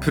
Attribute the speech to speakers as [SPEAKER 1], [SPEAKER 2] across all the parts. [SPEAKER 1] プ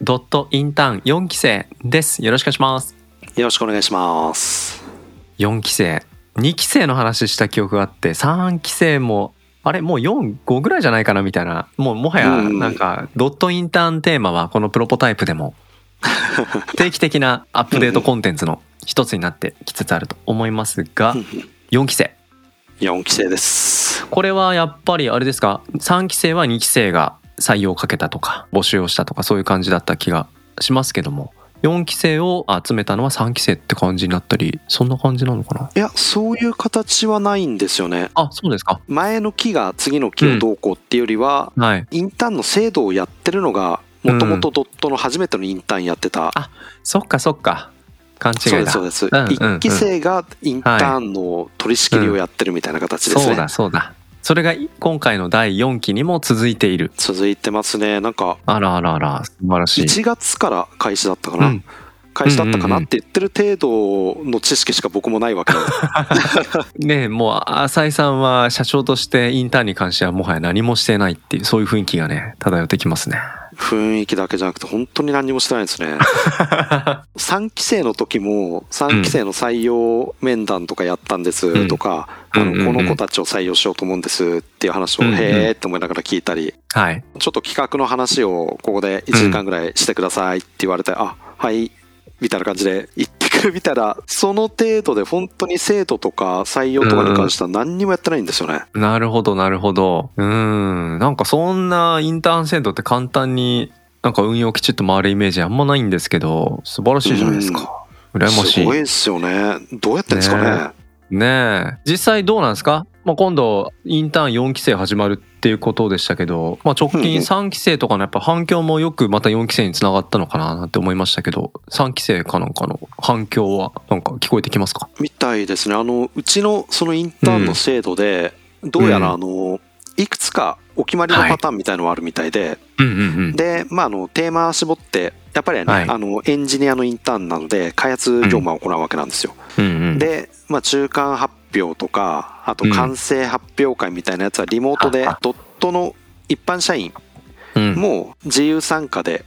[SPEAKER 1] ドットインターン4期生ですよろしくお願いします
[SPEAKER 2] よろしくお願いします。
[SPEAKER 1] 4期生2期生の話した記憶があって3期生もあれもう45ぐらいじゃないかなみたいなもうもはや
[SPEAKER 2] うん
[SPEAKER 1] なんかドットインターンテーマはこのプロポタイプでも 定期的なアップデートコンテンツの一つになってきつつあると思いますが4期生
[SPEAKER 2] 4期生です。
[SPEAKER 1] これはやっぱりあれですか3期生は2期生が採用をかけたとか募集をしたとかそういう感じだった気がしますけども4期生を集めたのは3期生って感じになったりそんな感じなのかない
[SPEAKER 2] や、そういう形はないんですよね。
[SPEAKER 1] あそうですか
[SPEAKER 2] 前の期が次の期をどうこうっていうよりは、
[SPEAKER 1] はい
[SPEAKER 2] インターンの制度をやってるのが、もともとドットの初めてのインターンやってた。
[SPEAKER 1] あそっかそっか勘
[SPEAKER 2] そう
[SPEAKER 1] 違い
[SPEAKER 2] で
[SPEAKER 1] だ
[SPEAKER 2] す、そう
[SPEAKER 1] そう
[SPEAKER 2] です。
[SPEAKER 1] んうんうん
[SPEAKER 2] 1期生がインターンの取り仕切りをやってるみたいな形ですね。
[SPEAKER 1] だそうだそれが今回の第4期にも続いている
[SPEAKER 2] 続いてますね。なんか、
[SPEAKER 1] あらあらあら素晴らしい
[SPEAKER 2] 1月から開始だったか
[SPEAKER 1] う
[SPEAKER 2] な。
[SPEAKER 1] ん、
[SPEAKER 2] 開始だったか
[SPEAKER 1] うんうん
[SPEAKER 2] な
[SPEAKER 1] うん
[SPEAKER 2] って言ってる程度の知識しか僕もないわけで。
[SPEAKER 1] ねえもう浅井さんは社長としてインターンに関してはもはや何もしてないっていうそういう雰囲気がね漂ってきますね
[SPEAKER 2] 雰囲気だけじゃなくて本当に何にもしてな いですね3期生の時も3期生の採用面談とかやったんですとか、
[SPEAKER 1] うん
[SPEAKER 2] あ
[SPEAKER 1] うんうんう
[SPEAKER 2] の
[SPEAKER 1] ん
[SPEAKER 2] この子たちを採用しようと思うんですっていう話を、
[SPEAKER 1] うんうん
[SPEAKER 2] へーって思いながら聞いたり
[SPEAKER 1] はい
[SPEAKER 2] ちょっと企画の話をここで1時間ぐらいしてくださいって言われて、あはいみたいな感じで言ってくるみたいなその程度で本当に生徒とか採用とかに関しては何にもやってないんですよね、
[SPEAKER 1] なるほどなるほどうーんなんかそんなインターン制度って簡単になんか運用きちっと回るイメージあんまないんですけど素晴らしいじゃないですか羨まし
[SPEAKER 2] す
[SPEAKER 1] い
[SPEAKER 2] ごいですよねどうやってんですかね
[SPEAKER 1] ねねえ実際どうなんですか、まあ、今度インターン4期生始まるっていうことでしたけど、まあ、直
[SPEAKER 2] うんう
[SPEAKER 1] 近
[SPEAKER 2] ん
[SPEAKER 1] 3期生とかのやっぱ反響もよくまた4期生につながったのかななんて思いましたけど3期生かなんかの反響はなんか聞こえてきますか
[SPEAKER 2] みたいですね。あの、うちのそのインターンの制度で、どうやらあの、いくつかお決まりのパターンみたいのはあるみたいで、
[SPEAKER 1] うんうん
[SPEAKER 2] で、まあ、あの、テーマ絞って、やっぱりね、
[SPEAKER 1] はい
[SPEAKER 2] あの、エンジニアのインターンなので、開発業務を行うわけなんですよ。
[SPEAKER 1] うんうんうん
[SPEAKER 2] で、まあ、中間発表とか、あと
[SPEAKER 1] うん
[SPEAKER 2] 完成発表会みたいなやつはリモートで
[SPEAKER 1] ああ、
[SPEAKER 2] ドットの一般社員
[SPEAKER 1] うん
[SPEAKER 2] も自由参加で、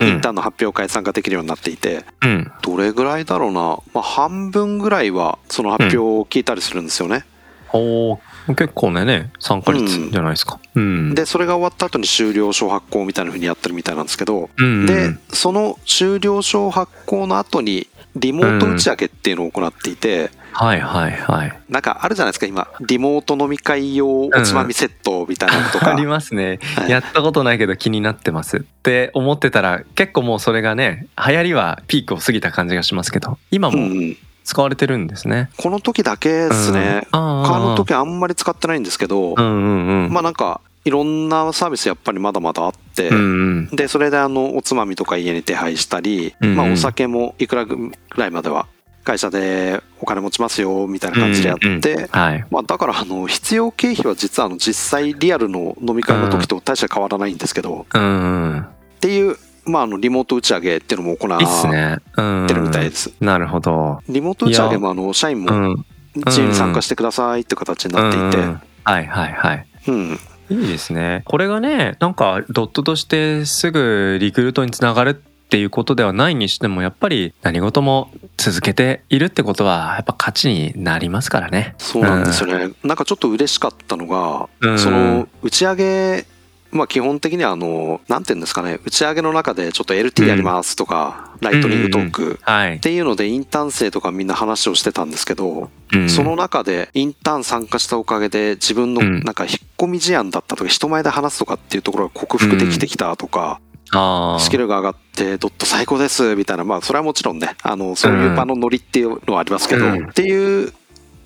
[SPEAKER 1] う
[SPEAKER 2] イ
[SPEAKER 1] ん
[SPEAKER 2] ンターンの発表会参加できるようになっていて、
[SPEAKER 1] うん
[SPEAKER 2] どれぐらいだろうな、まあ、半分ぐらいはその発表を聞いたりするんですよね。
[SPEAKER 1] おー結構ねね参加率じゃないですかうん
[SPEAKER 2] でそれが終わった後に終了証発行みたいな風にやってるみたいなんですけど、
[SPEAKER 1] うんうん
[SPEAKER 2] でその終了証発行の後にリモート打ち上げっていうのを行っていて、
[SPEAKER 1] はいはいはい
[SPEAKER 2] なんかあるじゃないですか今リモート飲み会用おつまみセットみたいなのと
[SPEAKER 1] あ
[SPEAKER 2] か、
[SPEAKER 1] りますね
[SPEAKER 2] はい
[SPEAKER 1] やったことないけど気になってますって思ってたら結構もうそれがね流行りはピークを過ぎた感じがしますけど今
[SPEAKER 2] うんう
[SPEAKER 1] も
[SPEAKER 2] ん
[SPEAKER 1] 使われてるんですね。
[SPEAKER 2] この時だけですね、
[SPEAKER 1] うんあー
[SPEAKER 2] 他の時あんまり使ってないんですけ
[SPEAKER 1] う
[SPEAKER 2] ど、
[SPEAKER 1] んうんうん。
[SPEAKER 2] まあなんかいろんなサービスやっぱりまだまだあって、
[SPEAKER 1] うんうん
[SPEAKER 2] でそれであのおつまみとか家に手配したり、
[SPEAKER 1] うんうん
[SPEAKER 2] まあ、お酒もいくらぐらいまでは会社でお金持ちますよみたいな感じでやって、
[SPEAKER 1] うんはい。
[SPEAKER 2] まあ、だからあの必要経費は実はあの実際リアルの飲み会の時と大して変わらないんですけど、っ
[SPEAKER 1] うんうん。
[SPEAKER 2] ていう、まあ、あのリモート打ち上げっていうのも行
[SPEAKER 1] いいっす
[SPEAKER 2] っ
[SPEAKER 1] ね。うん。
[SPEAKER 2] てるみたいです。
[SPEAKER 1] なるほど。
[SPEAKER 2] リモート打ち上げもあの社員
[SPEAKER 1] う
[SPEAKER 2] も
[SPEAKER 1] ん。
[SPEAKER 2] 自由に参加してくださいって形になっていて、
[SPEAKER 1] うんうんはいはいはい。
[SPEAKER 2] うん、
[SPEAKER 1] いいですね。これがね、なんかドットとしてすぐリクルートにつながるっていうことではないにしても、やっぱり何事も続けているってことは、やっぱ価値になりますからね。
[SPEAKER 2] そうなんですよね、なんかちょっと嬉しかったのが、
[SPEAKER 1] うん
[SPEAKER 2] その打ち上げ、まあ、基本的にはあの、なんていうんですかね、打ち上げの中でちょっと LT やりますとか、ライトニングトーク
[SPEAKER 1] はい
[SPEAKER 2] っ。ていうので、インターン生とかみんな話をしてたんですけど、
[SPEAKER 1] うん
[SPEAKER 2] その中で、インターン参加したおかげで、自分の
[SPEAKER 1] うん
[SPEAKER 2] なんか引っ込み事案だったとか、人前で話すとかっていうところが克服できてきたとか、
[SPEAKER 1] あー
[SPEAKER 2] スキルが上がって、ドット最高ですみたいな、まあ、それはもちろんね、あのそういう場のノリっていうのはありますけど、
[SPEAKER 1] うん
[SPEAKER 2] っていう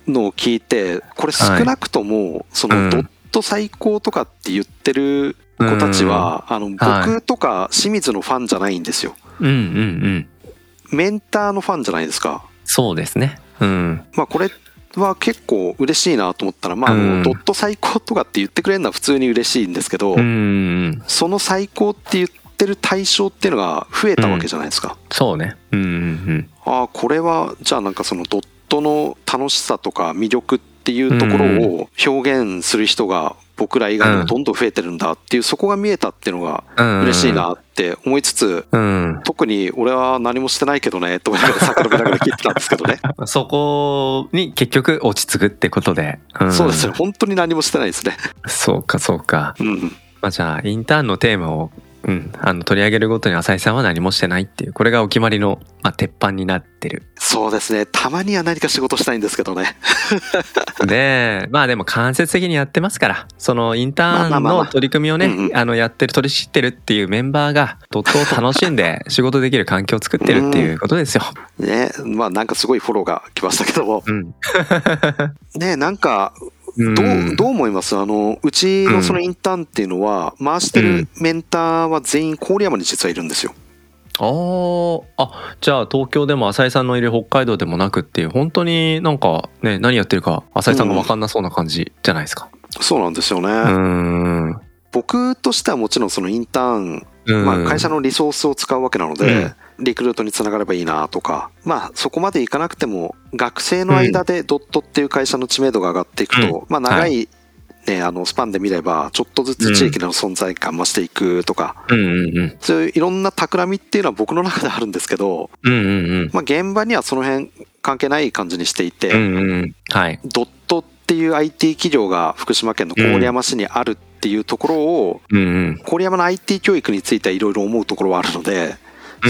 [SPEAKER 2] のを聞いて、これ、少なくとも、そ
[SPEAKER 1] うん
[SPEAKER 2] のドット最高とかって言ってる子たちは、あの僕とか清水のファンじゃないんですよ。
[SPEAKER 1] うんうんうん。
[SPEAKER 2] メンターのファンじゃないですか。
[SPEAKER 1] そうですね。うん。
[SPEAKER 2] まあこれは結構嬉しいなと思ったら、まああの
[SPEAKER 1] うん
[SPEAKER 2] ドット最高とかって言ってくれるのは普通に嬉しいんですけど、
[SPEAKER 1] うんうんうん。
[SPEAKER 2] その最高って言ってる対象っていうのが増えたわけじゃないですか。
[SPEAKER 1] そうね。うんうん
[SPEAKER 2] ああ、これはじゃあなんかそのドットの楽しさとか魅力っていうところを表現する人が僕ら以外にもどんどん増えてるんだっていう、そこが見えたっていうのが
[SPEAKER 1] うん。うん
[SPEAKER 2] 嬉しい。なって思いつつ、
[SPEAKER 1] うん。
[SPEAKER 2] 特に俺は何もしてないけどね、と思いながら桜見ながら聞いてたんですけどね。
[SPEAKER 1] そこに結局落ち着くってことで。ん
[SPEAKER 2] そうですね。。本当に何もしてないですね。
[SPEAKER 1] そうかそうか。
[SPEAKER 2] うん。
[SPEAKER 1] まあじゃあ、インターンのテーマを、うん、あの取り上げるごとに浅井さんは何もしてないっていう、これがお決まりの、まあ、鉄板になってる。
[SPEAKER 2] そうですね。たまには何か仕事したいんですけどね。
[SPEAKER 1] で、 まあでも間接的にやってますから、そのインタ
[SPEAKER 2] ま
[SPEAKER 1] ー
[SPEAKER 2] あ
[SPEAKER 1] ン
[SPEAKER 2] まあまあ
[SPEAKER 1] の
[SPEAKER 2] まあ
[SPEAKER 1] 取り組みをね、
[SPEAKER 2] うんうん
[SPEAKER 1] あのやってる、取り仕切ってるっていうメンバーが、ドットを楽しん で仕事できる環境を作ってるっていうことですよ。
[SPEAKER 2] ね。まあなんかすごいフォローが来ましたけども。
[SPEAKER 1] うん。
[SPEAKER 2] ね、なんか、
[SPEAKER 1] うん
[SPEAKER 2] どう、どう思いますあの、うちのそのインターンっていうのは、回してるメンターは全員郡山に実はいるんですよ。
[SPEAKER 1] あーあじゃあ東京でも浅井さんのいる北海道でもなくっていう本当になんかね何やってるか浅井さんが分かんなそうな感じじゃないですか。
[SPEAKER 2] そうなんですよね。
[SPEAKER 1] うーんう
[SPEAKER 2] 僕としてはもちろんそのインターン、
[SPEAKER 1] ーん
[SPEAKER 2] まあ会社のリソースを使うわけなので、リクルートにつながればいいなとか、まあそこまでいかなくても、学生の間でドットっていう会社の知名度が上がっていくと、まあ長、
[SPEAKER 1] はい
[SPEAKER 2] ね、あのスパンで見れば、ちょっとずつ地域での存在感増していくとか、
[SPEAKER 1] うんうんうん
[SPEAKER 2] そういういろんな企みっていうのは僕の中であるんですけど、
[SPEAKER 1] うんうんうん
[SPEAKER 2] まあ、現場にはその辺関係ない感じにしていて、
[SPEAKER 1] うんうんうんはい
[SPEAKER 2] ドットっていう IT 企業が福島県の郡山市にあるっていうところを、
[SPEAKER 1] うんうん
[SPEAKER 2] 郡山の IT 教育についてはいろいろ思うところはあるので、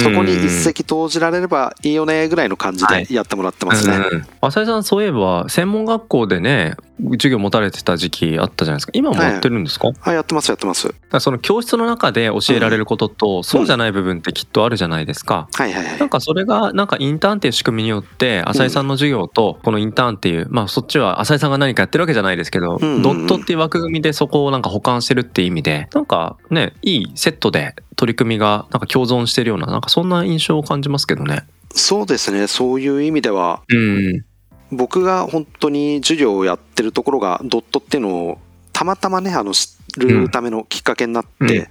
[SPEAKER 2] そこに一石投じられればいいよねぐらいの感じ
[SPEAKER 1] はい
[SPEAKER 2] でやってもらってますね。
[SPEAKER 1] うんうん浅井さんそういえば専門学校でね授業持たれてた時期あったじゃないですか今もやってるんですか,、だ
[SPEAKER 2] あやってますやってます。
[SPEAKER 1] からその教室の中で教えられることと、そうじゃない部分ってきっとあるじゃないですか、
[SPEAKER 2] はいはいは
[SPEAKER 1] なん
[SPEAKER 2] い。
[SPEAKER 1] かそれがなんかインターンっていう仕組みによって浅井さんの授業とこのインターンっていう、まあそっちは浅井さんが何かやってるわけじゃないですけど、
[SPEAKER 2] うんうんうん
[SPEAKER 1] ドットっていう枠組みでそこをなんか補完してるっていう意味でなんかねいいセットで取り組みがなんか共存してるようななんかそんな印象を感じますけどね。
[SPEAKER 2] そうですね。そういう意味では、
[SPEAKER 1] うん、
[SPEAKER 2] 僕が本当に授業をやってるところがドットっていうのをたまたまねあの知るためのきっかけになって、
[SPEAKER 1] うん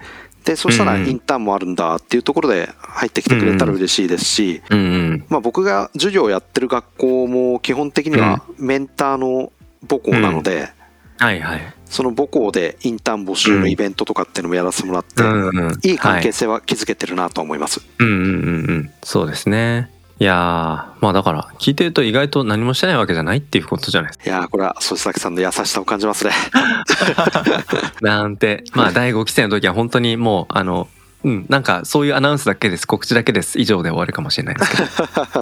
[SPEAKER 2] でそしたら
[SPEAKER 1] うん
[SPEAKER 2] インターンもあるんだっていうところで入ってきてくれたら嬉しいですし、
[SPEAKER 1] うんうん、
[SPEAKER 2] まあ、僕が授業をやってる学校も基本的にはメンターの母校なので、
[SPEAKER 1] はいはい。
[SPEAKER 2] その母校でインターン募集のイベントとかっていうのもやらせてもらって、
[SPEAKER 1] うんうん、
[SPEAKER 2] いい
[SPEAKER 1] は
[SPEAKER 2] 関係
[SPEAKER 1] い
[SPEAKER 2] 性は築けてるなと思います。
[SPEAKER 1] うんうんうんうんそうですね。いやーまあだから聞いてると意外と何もしてないわけじゃないっていうことじゃないですか
[SPEAKER 2] い、やーこれは曽崎さんの優しさを感じますね。
[SPEAKER 1] なんて、まあ、第5期生の時は本当にもう、あの、うん、なんかそういうアナウンスだけです、告知だけです、以上で終わるかもしれないですけど。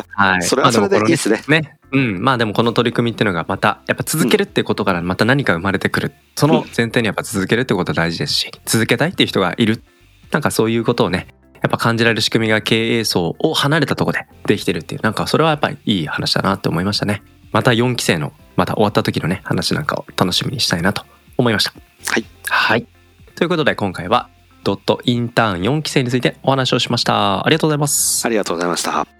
[SPEAKER 1] はい。
[SPEAKER 2] それはそれでいいですね
[SPEAKER 1] まあ。もこのね。うん、まあでもこの取り組みっていうのがまたやっぱ続けるってことからまた何か生まれてくる、その前提にやっぱ続けるってことは大事ですし続けたいっていう人がいるなんかそういうことをねやっぱ感じられる仕組みが経営層を離れたところでできてるっていうなんかそれはやっぱりいい話だなって思いましたねまた4期生のまた終わった時のね話なんかを楽しみにしたいなと思いました
[SPEAKER 2] はい、
[SPEAKER 1] はい、ということで今回はドットインターン4期生についてお話をしましたありがとうございます
[SPEAKER 2] ありがとうございました。